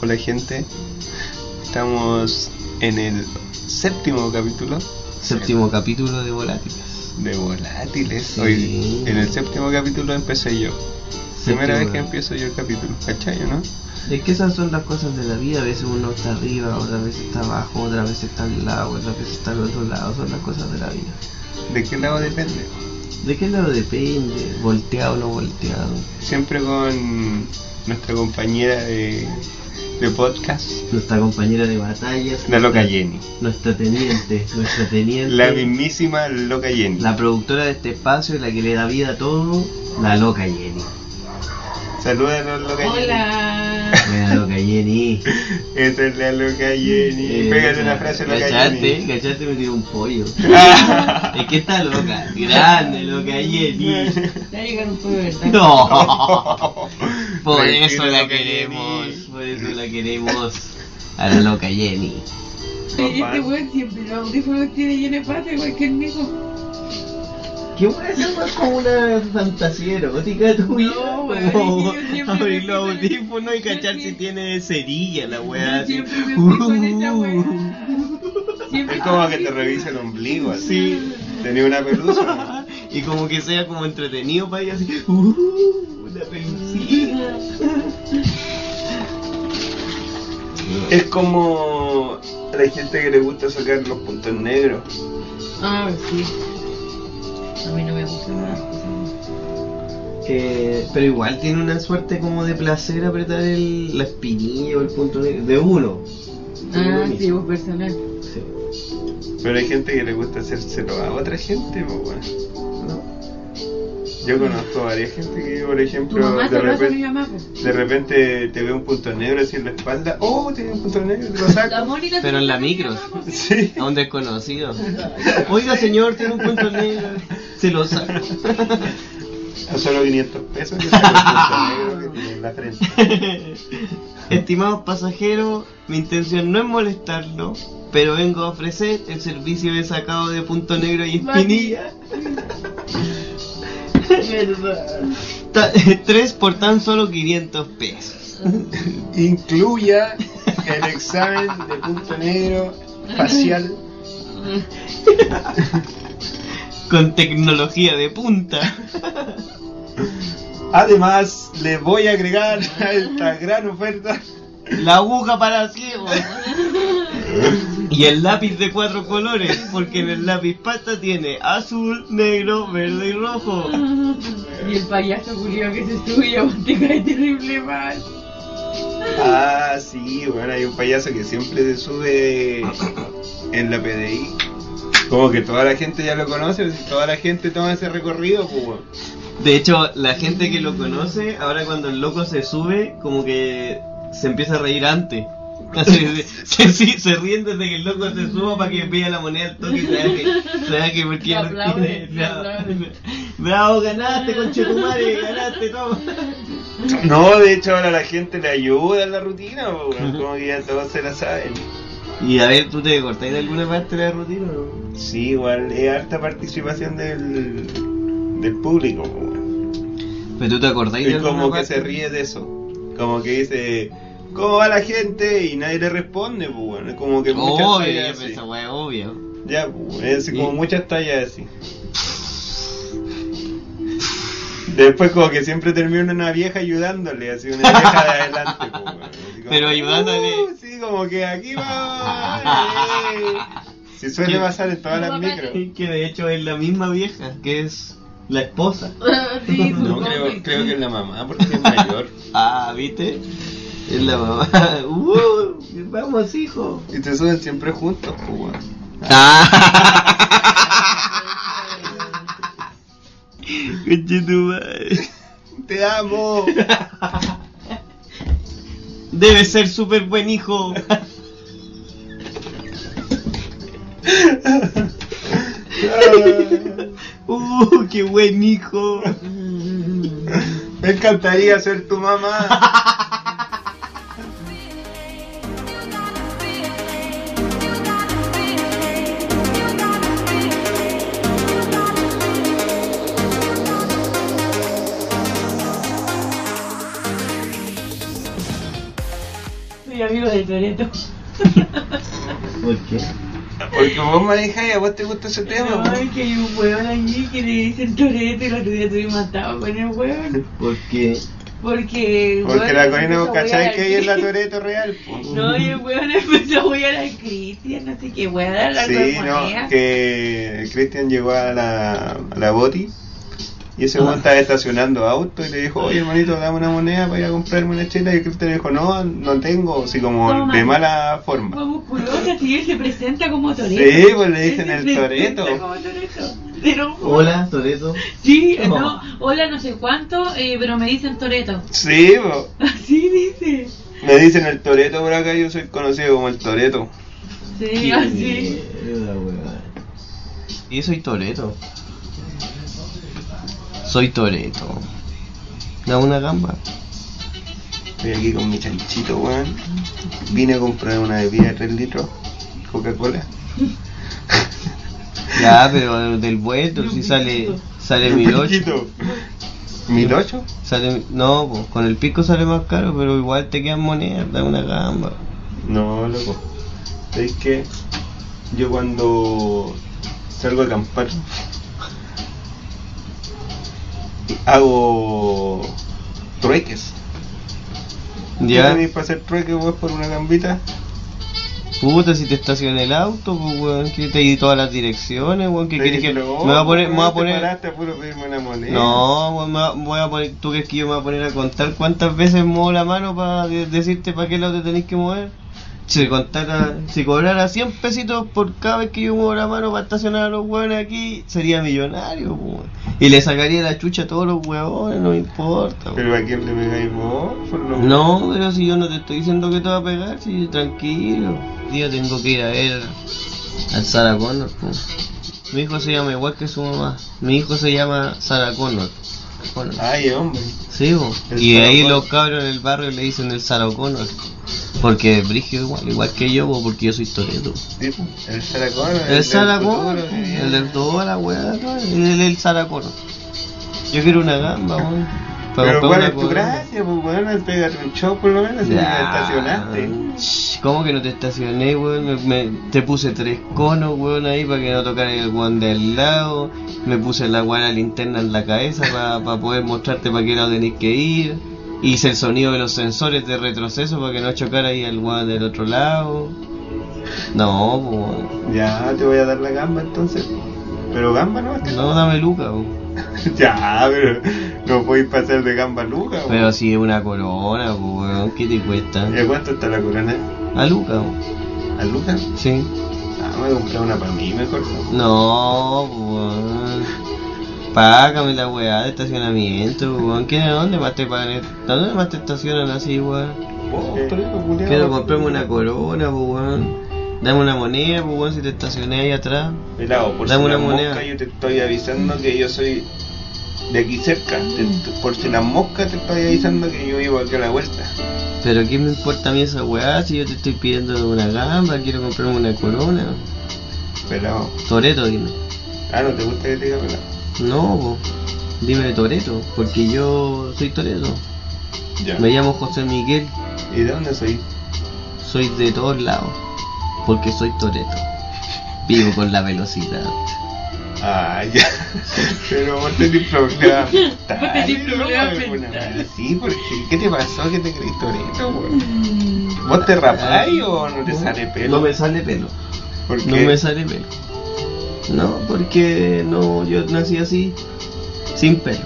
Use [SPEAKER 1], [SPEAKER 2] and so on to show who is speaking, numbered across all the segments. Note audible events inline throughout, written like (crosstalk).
[SPEAKER 1] Hola gente, estamos en el séptimo capítulo
[SPEAKER 2] Séptimo capítulo de Volátiles.
[SPEAKER 1] de Volátiles.
[SPEAKER 2] Sí.
[SPEAKER 1] Hoy, en el séptimo capítulo empecé yo. Primera
[SPEAKER 2] Séptimo
[SPEAKER 1] vez que
[SPEAKER 2] capítulo.
[SPEAKER 1] empiezo yo el capítulo, ¿cachai o no?
[SPEAKER 2] Es que esas son las cosas de la vida. A veces uno está arriba, otras veces está abajo, otras veces está al lado, otras veces está al otro lado. Son las cosas de la vida.
[SPEAKER 1] ¿De qué lado depende?
[SPEAKER 2] ¿De qué lado depende? ¿Volteado o no volteado?
[SPEAKER 1] Siempre con nuestra compañera de, de podcast,
[SPEAKER 2] Nuestra compañera de batallas.
[SPEAKER 1] la loca
[SPEAKER 2] nuestra-
[SPEAKER 1] Jenny.
[SPEAKER 2] Nuestra teniente, nuestra teniente.
[SPEAKER 1] La mismísima loca Jenny.
[SPEAKER 2] la productora de este espacio y la que le da vida a todo, la loca Jenny.
[SPEAKER 1] Salúdanos loca
[SPEAKER 3] Hola.
[SPEAKER 2] La loca
[SPEAKER 1] Jenny.
[SPEAKER 2] Jenny.
[SPEAKER 1] Esa es la loca Jenny.
[SPEAKER 2] Eh,
[SPEAKER 1] Pégale una
[SPEAKER 2] ca-
[SPEAKER 1] frase loca
[SPEAKER 2] Cachate,
[SPEAKER 1] Jenny.
[SPEAKER 2] cachate me tiró
[SPEAKER 1] (laughs)
[SPEAKER 2] un pollo. es que está loca, grande loca Jenny.
[SPEAKER 1] (laughs)
[SPEAKER 3] Ya llegaron por verdad.
[SPEAKER 2] No. (laughs) Por eso
[SPEAKER 1] Tranquila,
[SPEAKER 2] la
[SPEAKER 1] loca
[SPEAKER 2] queremos,
[SPEAKER 1] Jenny.
[SPEAKER 2] por eso la queremos. A la loca Jenny.
[SPEAKER 3] Oye, Este weón siempre los audífonos tiene lleno de pata, igual que el mijo.
[SPEAKER 2] ¿Qué puede ser más como una fantasía erótica tuya?
[SPEAKER 3] No, weón, yo siempre
[SPEAKER 2] abrir
[SPEAKER 3] me
[SPEAKER 2] los
[SPEAKER 3] fijo en-
[SPEAKER 2] audífonos y
[SPEAKER 3] yo
[SPEAKER 2] cachar si
[SPEAKER 3] siempre-
[SPEAKER 2] tiene cerilla la weá.
[SPEAKER 3] Yo
[SPEAKER 2] así. Uh.
[SPEAKER 3] siempre me fijo en esa weá.
[SPEAKER 1] Uh.
[SPEAKER 3] Siempre
[SPEAKER 1] Es como que te revisa el ombligo así.
[SPEAKER 2] Sí.
[SPEAKER 1] Tenía una pelusa.
[SPEAKER 2] (laughs) y como que sea como entretenido para ella así, uh, una pelucita.
[SPEAKER 1] Es como la gente que le gusta sacar los puntos negros.
[SPEAKER 3] Ah, sí. A mí no me gustan las cosas.
[SPEAKER 2] Eh, pero igual tiene una suerte como de placer apretar el, la espinilla o el punto negro de uno. De uno
[SPEAKER 3] Ah,
[SPEAKER 2] mismo.
[SPEAKER 3] sí, vos personal.
[SPEAKER 2] Sí.
[SPEAKER 1] Pero hay gente que le gusta hacérselo a otra gente, pues bueno.
[SPEAKER 2] ¿No?
[SPEAKER 1] Yo conozco a varias gente que, por
[SPEAKER 3] Tu
[SPEAKER 1] ejemplo,
[SPEAKER 3] mamá
[SPEAKER 1] de
[SPEAKER 3] se lo hace a mi
[SPEAKER 1] repente,
[SPEAKER 3] mamá. pues.
[SPEAKER 1] de repente te ve un punto negro así en la espalda. ¡Oh, tiene un punto negro! Te lo
[SPEAKER 3] La
[SPEAKER 1] saco.
[SPEAKER 3] Mónica se
[SPEAKER 2] Pero
[SPEAKER 3] lo
[SPEAKER 2] en la
[SPEAKER 3] hace a mi
[SPEAKER 2] micro.
[SPEAKER 3] mamá, pues.
[SPEAKER 1] Sí.
[SPEAKER 2] A un desconocido. (laughs) Oiga señor, tiene un punto negro. (laughs) Se lo saco.
[SPEAKER 1] A solo 500 pesos que saco el punto negro que tiene en la frente.
[SPEAKER 2] (laughs) Estimados pasajeros, mi intención no es molestarlo, pero vengo a ofrecer el servicio de sacado de punto negro y
[SPEAKER 1] (laughs)
[SPEAKER 3] (laughs)
[SPEAKER 2] espinilla. Ta- (laughs) Tres por tan solo 500 pesos.
[SPEAKER 1] Incluya el examen de punto negro facial.
[SPEAKER 2] Con tecnología de punta. (laughs)
[SPEAKER 1] Además, le voy a agregar a esta gran oferta
[SPEAKER 2] La aguja para ciegos.
[SPEAKER 3] (laughs)
[SPEAKER 2] Y el lápiz de cuatro colores, porque en el lápiz pasta tiene azul, negro, verde y rojo.
[SPEAKER 3] Y el payaso Julio que se sube a Monteca es terrible mal.
[SPEAKER 1] Ah, sí, bueno, hay un payaso que siempre se sube en la PDI. Como que toda la gente ya lo conoce, pues, toda la gente toma ese recorrido, pues. weón.
[SPEAKER 2] De hecho, la gente que lo conoce, ahora cuando el loco se sube, como que se empieza a reír antes. (laughs) Así, se, se- sí, se ríen desde que el loco se suba para que pida la moneda al toque y se haga que, se haga que porque ya no
[SPEAKER 3] Le aplauden,
[SPEAKER 2] tiene.
[SPEAKER 3] le aplauden.
[SPEAKER 2] (laughs) Bravo, ganaste, conchetumare, ganaste, todo.
[SPEAKER 1] No, de hecho ahora la gente le ayuda en la rutina, pues, weón, como que ya todos se la saben.
[SPEAKER 2] Y a ver, ¿tú te cortáis de alguna parte de la rutina o no?
[SPEAKER 1] Sí, igual, es harta participación del, del público, pues. weón.
[SPEAKER 2] Pero tú te acordáis de
[SPEAKER 1] Y
[SPEAKER 2] alguna
[SPEAKER 1] como que
[SPEAKER 2] parte?
[SPEAKER 1] se ríe de eso. Como que dice, ¿cómo va la gente? Y nadie le responde, pues bueno. Es como que muchas
[SPEAKER 2] Obvio, ya
[SPEAKER 1] tallas así.
[SPEAKER 2] esa wea, obvio.
[SPEAKER 1] Ya, pues, es así como
[SPEAKER 2] Y-
[SPEAKER 1] muchas tallas así. Después como que siempre termina una vieja ayudándole, así una vieja de adelante, pues, bueno. Así como,
[SPEAKER 2] (laughs) Pero ayudándole.
[SPEAKER 1] "Uh, sí, como que aquí
[SPEAKER 2] (laughs)
[SPEAKER 1] va. eh". Si suele
[SPEAKER 2] Que-
[SPEAKER 1] pasar en todas las micros.
[SPEAKER 2] Que de hecho es la misma vieja, que es la esposa.
[SPEAKER 3] Sí,
[SPEAKER 1] No,
[SPEAKER 3] supongo
[SPEAKER 1] creo,
[SPEAKER 3] que
[SPEAKER 1] creo
[SPEAKER 3] sí.
[SPEAKER 1] que es la mamá, porque es mayor.
[SPEAKER 2] Ah, ¿viste? Es la mamá. (laughs) Uh, vamos, hijo.
[SPEAKER 1] (laughs) Y te suben siempre juntos, pues bueno.
[SPEAKER 2] Ah. (laughs)
[SPEAKER 1] Te (laughs) amo.
[SPEAKER 2] Debe ser súper buen hijo. (laughs) Uh, qué buen hijo.
[SPEAKER 1] Me encantaría ser tu mamá.
[SPEAKER 4] soy amigo de Toreto.
[SPEAKER 2] ¿Por qué?
[SPEAKER 1] Porque vos manejáis, a vos te gusta ese tema.
[SPEAKER 4] No,
[SPEAKER 1] po.
[SPEAKER 4] es que hay un hueón allí que le dicen Toreto y la otro día tuvimos matado con el hueón.
[SPEAKER 2] Porque
[SPEAKER 4] Porque.
[SPEAKER 1] Porque
[SPEAKER 4] weón, empezó
[SPEAKER 1] la
[SPEAKER 4] a
[SPEAKER 1] Corina,
[SPEAKER 4] huear
[SPEAKER 1] ¿cachai
[SPEAKER 4] al
[SPEAKER 1] que ahí
[SPEAKER 4] (laughs)
[SPEAKER 1] es la
[SPEAKER 4] Cristian.
[SPEAKER 1] Toreto real? po?
[SPEAKER 4] No, y el hueón empezó a huear al Cristian, no sé qué hueón, a la
[SPEAKER 1] Sí, no,
[SPEAKER 4] hormonea.
[SPEAKER 1] que Cristian llegó a la, a la Boti y ese
[SPEAKER 4] Ah.
[SPEAKER 1] weón estaba estacionando auto y le dijo, oye hermanito, dame una moneda para ir a comprarme una chela. Y Cristian le dijo, no, no tengo, así como
[SPEAKER 4] Toma.
[SPEAKER 1] de mala forma.
[SPEAKER 4] Fue musculosa, si él se presenta como Toreto.
[SPEAKER 1] Sí, pues le dicen
[SPEAKER 4] Él
[SPEAKER 1] el
[SPEAKER 4] se presenta
[SPEAKER 1] Toretto.
[SPEAKER 4] como Toretto. Te lo juro.
[SPEAKER 2] Hola, Toreto.
[SPEAKER 4] Sí,
[SPEAKER 2] No.
[SPEAKER 4] no, hola no sé cuánto, eh, pero me dicen Toreto.
[SPEAKER 1] Sí, po.
[SPEAKER 4] Así dice.
[SPEAKER 1] me dicen el Toreto por acá, yo soy conocido como el Toreto.
[SPEAKER 4] Sí, así.
[SPEAKER 2] Ah, Y soy Toreto. Soy Toreto. Da una gamba.
[SPEAKER 1] Estoy aquí con mi chanchito, weón. Vine a comprar una bebida de 3 litros, Coca-Cola.
[SPEAKER 2] Ya, pero del vuelto,
[SPEAKER 4] Y un
[SPEAKER 2] si sale,
[SPEAKER 4] piquito.
[SPEAKER 2] sale
[SPEAKER 1] Un
[SPEAKER 2] mi 8.
[SPEAKER 1] poquito. ¿Mil ocho?
[SPEAKER 2] Sale, no, po, con el pico sale más caro, pero igual te quedan monedas, da una gamba.
[SPEAKER 1] No, loco. Es que yo cuando salgo a acampar hago trueques.
[SPEAKER 2] Ya,
[SPEAKER 1] tenéis para hacer trueques vos por una gambita?
[SPEAKER 2] puta, si te estaciona el auto, pues weón, que te di todas las direcciones, weón, que quieres que me va a poner, me va a
[SPEAKER 1] Te
[SPEAKER 2] poner.
[SPEAKER 1] paraste a puro pedirme una moneda.
[SPEAKER 2] No, weón, me va- voy a poner, tú crees que yo me voy a poner a contar cuántas veces muevo la mano para decirte para qué lado te tenés que mover. Si contara, si cobrara 100 pesitos por cada vez que yo muevo la mano para estacionar a los hueones aquí, sería millonario, pues, weón. Y le sacaría la chucha a todos los hueones, no me importa, weón.
[SPEAKER 1] Pero a quién le pegáis vos, por lo
[SPEAKER 2] No, pero si yo no te estoy diciendo que te va a pegar, si tranquilo. Yo tengo que ir a ver al Sarah Connor. pues. Mi hijo se llama igual que su mamá. Mi hijo se llama Sarah Connor. Connor.
[SPEAKER 1] Ay, hombre.
[SPEAKER 2] Sí, po.
[SPEAKER 1] El
[SPEAKER 2] y
[SPEAKER 1] Sarah
[SPEAKER 2] ahí
[SPEAKER 1] Connor.
[SPEAKER 2] los cabros en el barrio le dicen el Sarah Connor. Porque es brígido igual, igual que yo, po, porque yo soy Toreto.
[SPEAKER 1] El eh. Saracón.
[SPEAKER 2] El Sarah Connor,
[SPEAKER 1] futuro, que
[SPEAKER 2] el del
[SPEAKER 1] viene.
[SPEAKER 2] todo, la weá, todo, el, el Sarah Connor. Yo quiero una gamba, weón. para
[SPEAKER 1] Pero
[SPEAKER 2] comprar
[SPEAKER 1] cuál
[SPEAKER 2] una
[SPEAKER 1] es tu
[SPEAKER 2] corona.
[SPEAKER 1] gracia, pues bueno, pégate un show por lo (laughs) menos si te estacionaste.
[SPEAKER 2] Shh, ¿Cómo que no te estacioné, weón? Me- me- te puse tres conos, weón, ahí para que no tocara el weón de al lado. Me puse la guana linterna en la cabeza para poder mostrarte para qué lado tenés que ir. Hice el sonido de los sensores de retroceso para que no chocara ahí el weón del otro lado. No, po,
[SPEAKER 1] Ya, te voy a dar la gamba entonces. Pero gamba no (laughs) es que
[SPEAKER 2] no dame luca, po.
[SPEAKER 1] Ya, pero no podéis pasar de gamba a luca. po.
[SPEAKER 2] Pero si es una corona, po, weón, ¿qué te cuesta?
[SPEAKER 1] ¿Y a cuánto está la corona?
[SPEAKER 2] A luca, po.
[SPEAKER 1] ¿A luca?
[SPEAKER 2] sí.
[SPEAKER 1] Ah, me voy a comprar una para mí mejor. po.
[SPEAKER 2] No, weón. Págame la weá de estacionamiento, weón. ¿Qué, ¿Dónde más te pagan? est- ¿Dónde más te estacionan así, weón?
[SPEAKER 1] Vos, Toreto, Oh, culiao.
[SPEAKER 2] Eh, Quiero comprarme una corona, po, weón. Dame una moneda, po, weón, si te estacioné ahí atrás.
[SPEAKER 1] Pelado, por
[SPEAKER 2] Dame
[SPEAKER 1] si
[SPEAKER 2] una
[SPEAKER 1] las
[SPEAKER 2] moneda.
[SPEAKER 1] moscas yo te estoy avisando que yo soy de aquí cerca. Te- por si las moscas te estoy avisando que yo vivo aquí a la vuelta.
[SPEAKER 2] Pero ¿qué me importa a mí esa weá si yo te estoy pidiendo una gamba? Quiero comprarme una corona.
[SPEAKER 1] Pelado.
[SPEAKER 2] Toreto, dime.
[SPEAKER 1] Ah, no te gusta que te diga pelado.
[SPEAKER 2] No, po. Dime Toreto, porque yo soy Toreto.
[SPEAKER 1] Ya.
[SPEAKER 2] Me llamo José Miguel.
[SPEAKER 1] ¿Y de dónde soy?
[SPEAKER 2] Soy de todos lados, porque soy Toreto. Vivo con la velocidad.
[SPEAKER 1] Ah, ya. (laughs) Pero vos tenés problemas mentales.
[SPEAKER 3] tenés
[SPEAKER 1] ¿no?
[SPEAKER 3] problemas
[SPEAKER 1] Alguna
[SPEAKER 3] mentales.
[SPEAKER 1] vez. Sí, porque ¿qué te pasó que te creí Toreto, weón?
[SPEAKER 4] Mm.
[SPEAKER 1] ¿Vos te rapáis o no te sale pelo?
[SPEAKER 2] No me sale pelo.
[SPEAKER 1] ¿Por
[SPEAKER 2] No
[SPEAKER 1] qué?
[SPEAKER 2] me sale pelo. No, porque no, yo nací así, sin pelo.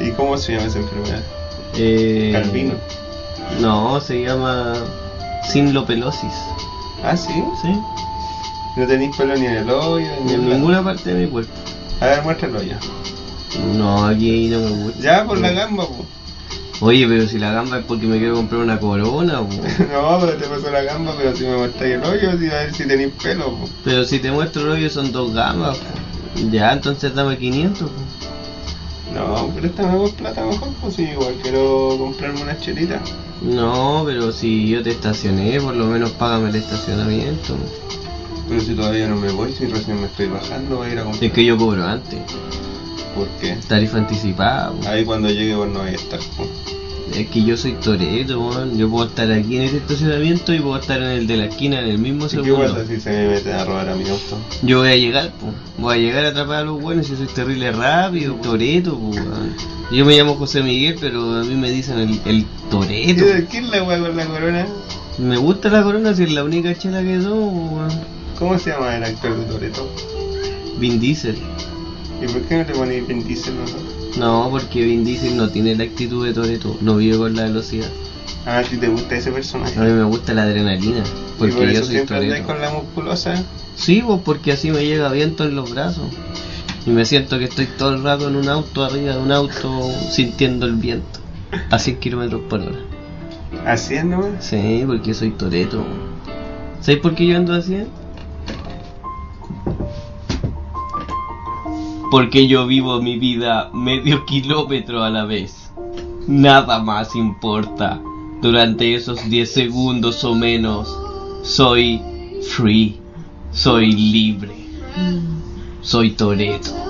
[SPEAKER 1] ¿Y cómo se llama esa enfermedad?
[SPEAKER 2] Eh,
[SPEAKER 1] Calvino.
[SPEAKER 2] No, se llama sinlopelosis.
[SPEAKER 1] Ah, sí.
[SPEAKER 2] ¿Sí?
[SPEAKER 1] No tenéis pelo ni en el hoyo, ni
[SPEAKER 2] En
[SPEAKER 1] en la-
[SPEAKER 2] ninguna parte de mi cuerpo.
[SPEAKER 1] A ver, muéstralo ya.
[SPEAKER 2] No, aquí no me gusta.
[SPEAKER 1] Ya, por la gamba, po. (laughs)
[SPEAKER 2] Oye, pero si la gamba es porque me quiero comprar una corona, po.
[SPEAKER 1] No, pero te pasó la gamba, pero si me mostráis el hoyo, si a ver si tenéis pelo, po.
[SPEAKER 2] Pero si te muestro el hoyo son dos gamas. po. Ya, entonces dame 500. po.
[SPEAKER 1] No, pero esta me es plata mejor, pues sí, igual quiero comprarme unas chelitas.
[SPEAKER 2] No, pero si yo te estacioné, por lo menos págame el estacionamiento. po.
[SPEAKER 1] Pero si todavía no me voy, si recién me estoy bajando, voy a ir a comprar.
[SPEAKER 2] Es que yo cobro antes.
[SPEAKER 1] ¿Por qué?
[SPEAKER 2] Tarifa anticipada. po.
[SPEAKER 1] pues, Ahí cuando llegue vos no voy a estar. po.
[SPEAKER 2] Es que yo soy Toreto, weón. Yo puedo estar aquí en este estacionamiento y puedo estar en el de la esquina en el mismo
[SPEAKER 1] ¿Y qué pasa
[SPEAKER 2] segundo.
[SPEAKER 1] si se me meten a robar a mi auto?
[SPEAKER 2] Yo voy a llegar, po. Voy a llegar a atrapar a los buenos. Yo soy terrible rápido, Toreto, po, weón. Yo me llamo José Miguel, pero a mí me dicen el, el Toreto.
[SPEAKER 1] ¿Qué es la weá con la corona?
[SPEAKER 2] Me gusta la corona si es la única chela que tomo, po, weón.
[SPEAKER 1] ¿Cómo se llama el actor de Toreto?
[SPEAKER 2] Vin Diesel.
[SPEAKER 1] ¿Y por qué no le ponéis Vin Diesel, no?
[SPEAKER 2] No, porque Vin Diesel no tiene la actitud de Toreto. No vive con la velocidad.
[SPEAKER 1] Ah, si te gusta ese
[SPEAKER 2] A
[SPEAKER 1] personaje.
[SPEAKER 2] mí me gusta la adrenalina.
[SPEAKER 1] y por
[SPEAKER 2] Porque yo
[SPEAKER 1] eso
[SPEAKER 2] soy
[SPEAKER 1] siempre andáis
[SPEAKER 2] Toreto.
[SPEAKER 1] con la musculosa.
[SPEAKER 2] Sí, pues porque así me llega viento en los brazos. Y me siento que estoy todo el rato en un auto, arriba de un auto, sintiendo el viento. A 100 kilómetros por hora.
[SPEAKER 1] Haciéndome.
[SPEAKER 2] Sí, porque soy toreto. ¿Sabes por qué yo ando así? Porque yo vivo mi vida medio (laughs) kilómetro a la vez. Nada más importa. Durante esos 10 segundos o menos, soy free. Soy libre. Soy toreto.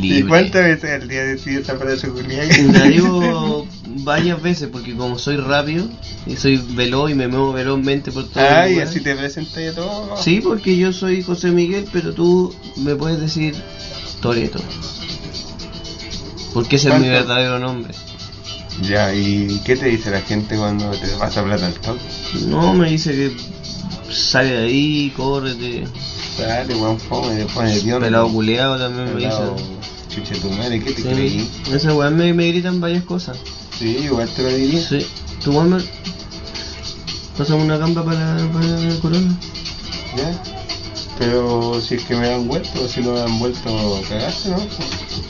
[SPEAKER 1] ¿Y cuántas veces al día decís esa frase (laughs) culiada?
[SPEAKER 2] La digo varias veces porque como soy rápido y soy veloz y me muevo velozmente por todo
[SPEAKER 1] Ah, y así te presentáis a todos.
[SPEAKER 2] Sí, porque yo soy José Miguel, pero tú me puedes decir Toreto. Porque ese es mi
[SPEAKER 1] ¿Cuánto?
[SPEAKER 2] verdadero nombre.
[SPEAKER 1] Ya, ¿y qué te dice la gente cuando te pasa plata al toque?
[SPEAKER 2] No, me dice que sale de ahí, córrete.
[SPEAKER 1] Dale, weón, fome, después de Dios.
[SPEAKER 2] Pelado culeado también me
[SPEAKER 1] Pelado,
[SPEAKER 2] dice.
[SPEAKER 1] Chuche tu madre, ¿qué te creí?
[SPEAKER 2] Sí, esa weá me, me gritan varias cosas.
[SPEAKER 1] Sí, igual te lo diría.
[SPEAKER 2] Sí. ¿Tu Walmart? ¿Pasamos una gamba para, para el corona?
[SPEAKER 1] ¿Ya? Pero si es que me han vuelto, si no me han vuelto, cagaste, ¿no?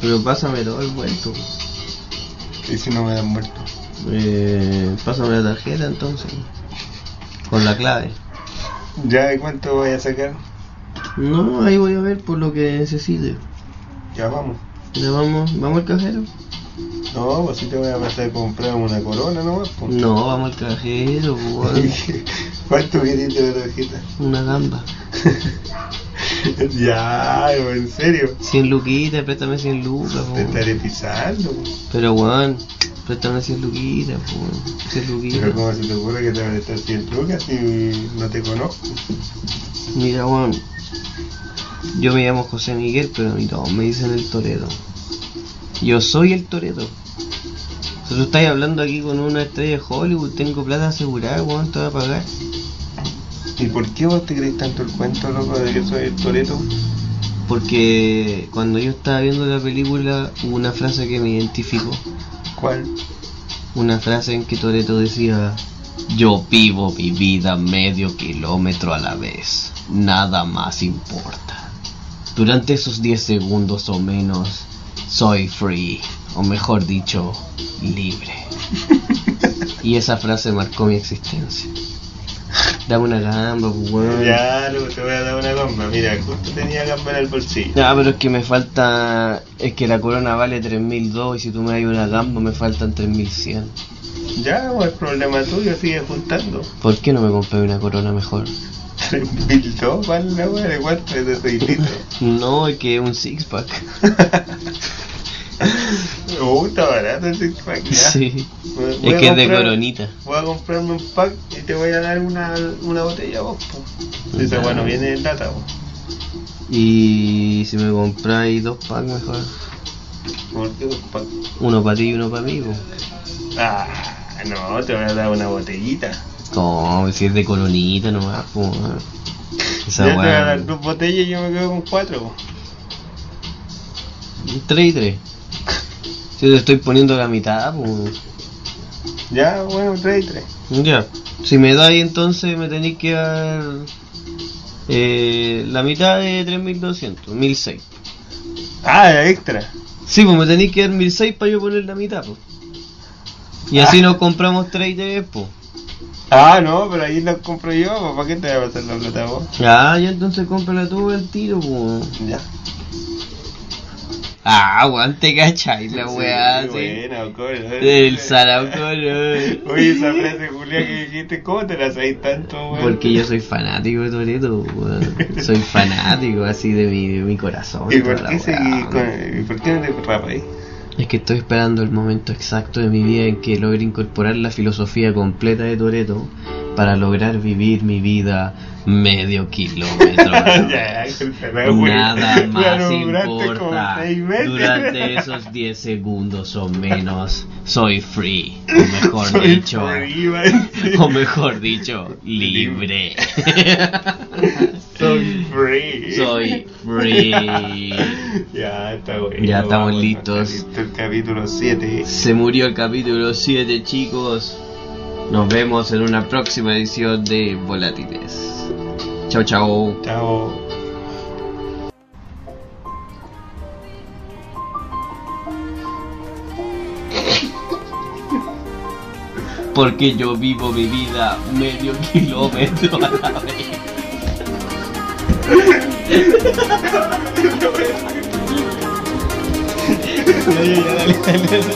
[SPEAKER 2] Pero pásame todo el vuelto.
[SPEAKER 1] Y si no me han vuelto.
[SPEAKER 2] Eh, pásame la tarjeta entonces. Con la clave.
[SPEAKER 1] ¿Ya de cuánto voy a sacar?
[SPEAKER 2] No, ahí voy a ver por lo que necesite.
[SPEAKER 1] Ya vamos.
[SPEAKER 2] ¿Le vamos, vamos al cajero?
[SPEAKER 1] No, pues si te voy a pasar a comprar una corona nomás, pues. po.
[SPEAKER 2] No, vamos al cajero, weón.
[SPEAKER 1] (laughs) ¿Cuánto viniste de tarjeta?
[SPEAKER 2] Una gamba.
[SPEAKER 1] (laughs) ya, en serio.
[SPEAKER 2] 100 luquitas, préstame 100 lucas,
[SPEAKER 1] Te
[SPEAKER 2] weón.
[SPEAKER 1] estaré pisando. pues. po.
[SPEAKER 2] Pero weón, préstame 100 luquitas, weón. 100
[SPEAKER 1] Pero
[SPEAKER 2] luquitas.
[SPEAKER 1] como se te ocurre que te van a estar 100 lucas si no te conozco.
[SPEAKER 2] Mira, weón. Yo me llamo José Miguel, pero a mí todos me dicen el Toreto. Yo soy el Toreto. O sea, tú estás hablando aquí con una estrella de Hollywood, tengo plata asegurada, weón, te voy a pagar.
[SPEAKER 1] ¿Y por qué vos te crees tanto el cuento, loco, de que soy el Toreto?
[SPEAKER 2] Porque cuando yo estaba viendo la película hubo una frase que me identificó.
[SPEAKER 1] ¿Cuál?
[SPEAKER 2] Una frase en que Toreto decía, yo vivo mi vida medio kilómetro a la vez. Nada más importa. Durante esos 10 segundos o menos, soy free, o mejor dicho, libre. y esa frase marcó mi existencia. Dame una gamba, pues, weón.
[SPEAKER 1] Ya, loco, te voy a dar una gamba. Mira, justo tenía gamba en el bolsillo.
[SPEAKER 2] Ah, pero es que me falta. Es que la corona vale 3.002 y si tú me das una gamba me faltan 3.100.
[SPEAKER 1] Ya, pues es problema tuyo, sigue juntando. (laughs)
[SPEAKER 2] ¿Por qué no me compré una corona mejor?
[SPEAKER 1] 3002, vale la wea de cuarto es de 6 litros.
[SPEAKER 2] No, es que es un six pack.
[SPEAKER 1] Uh, está barato el six pack, (laughs) ya.
[SPEAKER 2] Sí.
[SPEAKER 1] Voy- voy
[SPEAKER 2] Es
[SPEAKER 1] a
[SPEAKER 2] que es de
[SPEAKER 1] comprar-
[SPEAKER 2] coronita.
[SPEAKER 1] Voy a comprarme un pack y te voy a dar una, una botella vos, po. Esa wea no viene en lata, vos.
[SPEAKER 2] Y si me compráis dos packs mejor.
[SPEAKER 1] ¿Por qué un pack?
[SPEAKER 2] Uno para ti y uno para mí, pues.
[SPEAKER 1] Ah, no, te voy a dar una botellita.
[SPEAKER 2] No, si es de coronita nomás, pues.
[SPEAKER 1] yo
[SPEAKER 2] Esa
[SPEAKER 1] te voy a dar
[SPEAKER 2] weá.
[SPEAKER 1] dos botellas y yo me quedo con cuatro, po.
[SPEAKER 2] 3 y 3. Si te estoy poniendo la mitad, pues.
[SPEAKER 1] Ya, bueno, tres y tres.
[SPEAKER 2] Ya, si me dais entonces me tenéis que dar eh, la mitad de 3200, 1600.
[SPEAKER 1] Ah, la extra.
[SPEAKER 2] Sí, pues me tenéis que dar 1600 para yo poner la mitad, pues. Y así nos compramos 3 y 3, pues.
[SPEAKER 1] Ah, no, pero ahí la compro yo, po, ¿para qué te voy a pasar la plata vos?
[SPEAKER 2] Ya, ya entonces cómprala tú el tiro, pues.
[SPEAKER 1] Ya.
[SPEAKER 2] Ah, aguante, cachai, la weá,
[SPEAKER 1] Sí,
[SPEAKER 2] sí.
[SPEAKER 1] Buena, coro.
[SPEAKER 2] El sarao color.
[SPEAKER 1] Oye, esa frase, Julia, que dijiste, ¿cómo te la sabes tanto, weón?
[SPEAKER 2] Porque yo soy fanático de Toreto, weón. Soy fanático así de mi, de mi corazón.
[SPEAKER 1] ¿Y
[SPEAKER 2] toda
[SPEAKER 1] por
[SPEAKER 2] la
[SPEAKER 1] qué
[SPEAKER 2] weá,
[SPEAKER 1] seguí
[SPEAKER 2] weón.
[SPEAKER 1] con... ¿Y por qué no te rapas ahí?
[SPEAKER 2] Es que estoy esperando el momento exacto de mi vida en que logre incorporar la filosofía completa de Toreto para lograr vivir mi vida medio kilómetro.
[SPEAKER 1] (laughs) (laughs) Ya, que el perro, güey.
[SPEAKER 2] Nada
[SPEAKER 1] (laughs)
[SPEAKER 2] más
[SPEAKER 1] Claro, durante como
[SPEAKER 2] importa.
[SPEAKER 1] seis meses.
[SPEAKER 2] Durante
[SPEAKER 1] (laughs)
[SPEAKER 2] esos 10 segundos o menos, soy free. O mejor
[SPEAKER 1] (laughs) Soy
[SPEAKER 2] dicho, (laughs)
[SPEAKER 1] free, va a decir.
[SPEAKER 2] o mejor dicho, libre.
[SPEAKER 1] Soy
[SPEAKER 2] (laughs)
[SPEAKER 1] free.
[SPEAKER 2] soy free.
[SPEAKER 1] Ya está bueno.
[SPEAKER 2] Ya estamos
[SPEAKER 1] vamos,
[SPEAKER 2] listos.
[SPEAKER 1] está listo El capítulo 7.
[SPEAKER 2] Se murió el capítulo 7, chicos. Nos vemos en una próxima edición de Volátiles. Chao, chao.
[SPEAKER 1] Chao.
[SPEAKER 2] porque yo vivo mi vida medio (laughs) kilómetro a la vez. Ya, ya, ya, dale, dale, dale. Oh.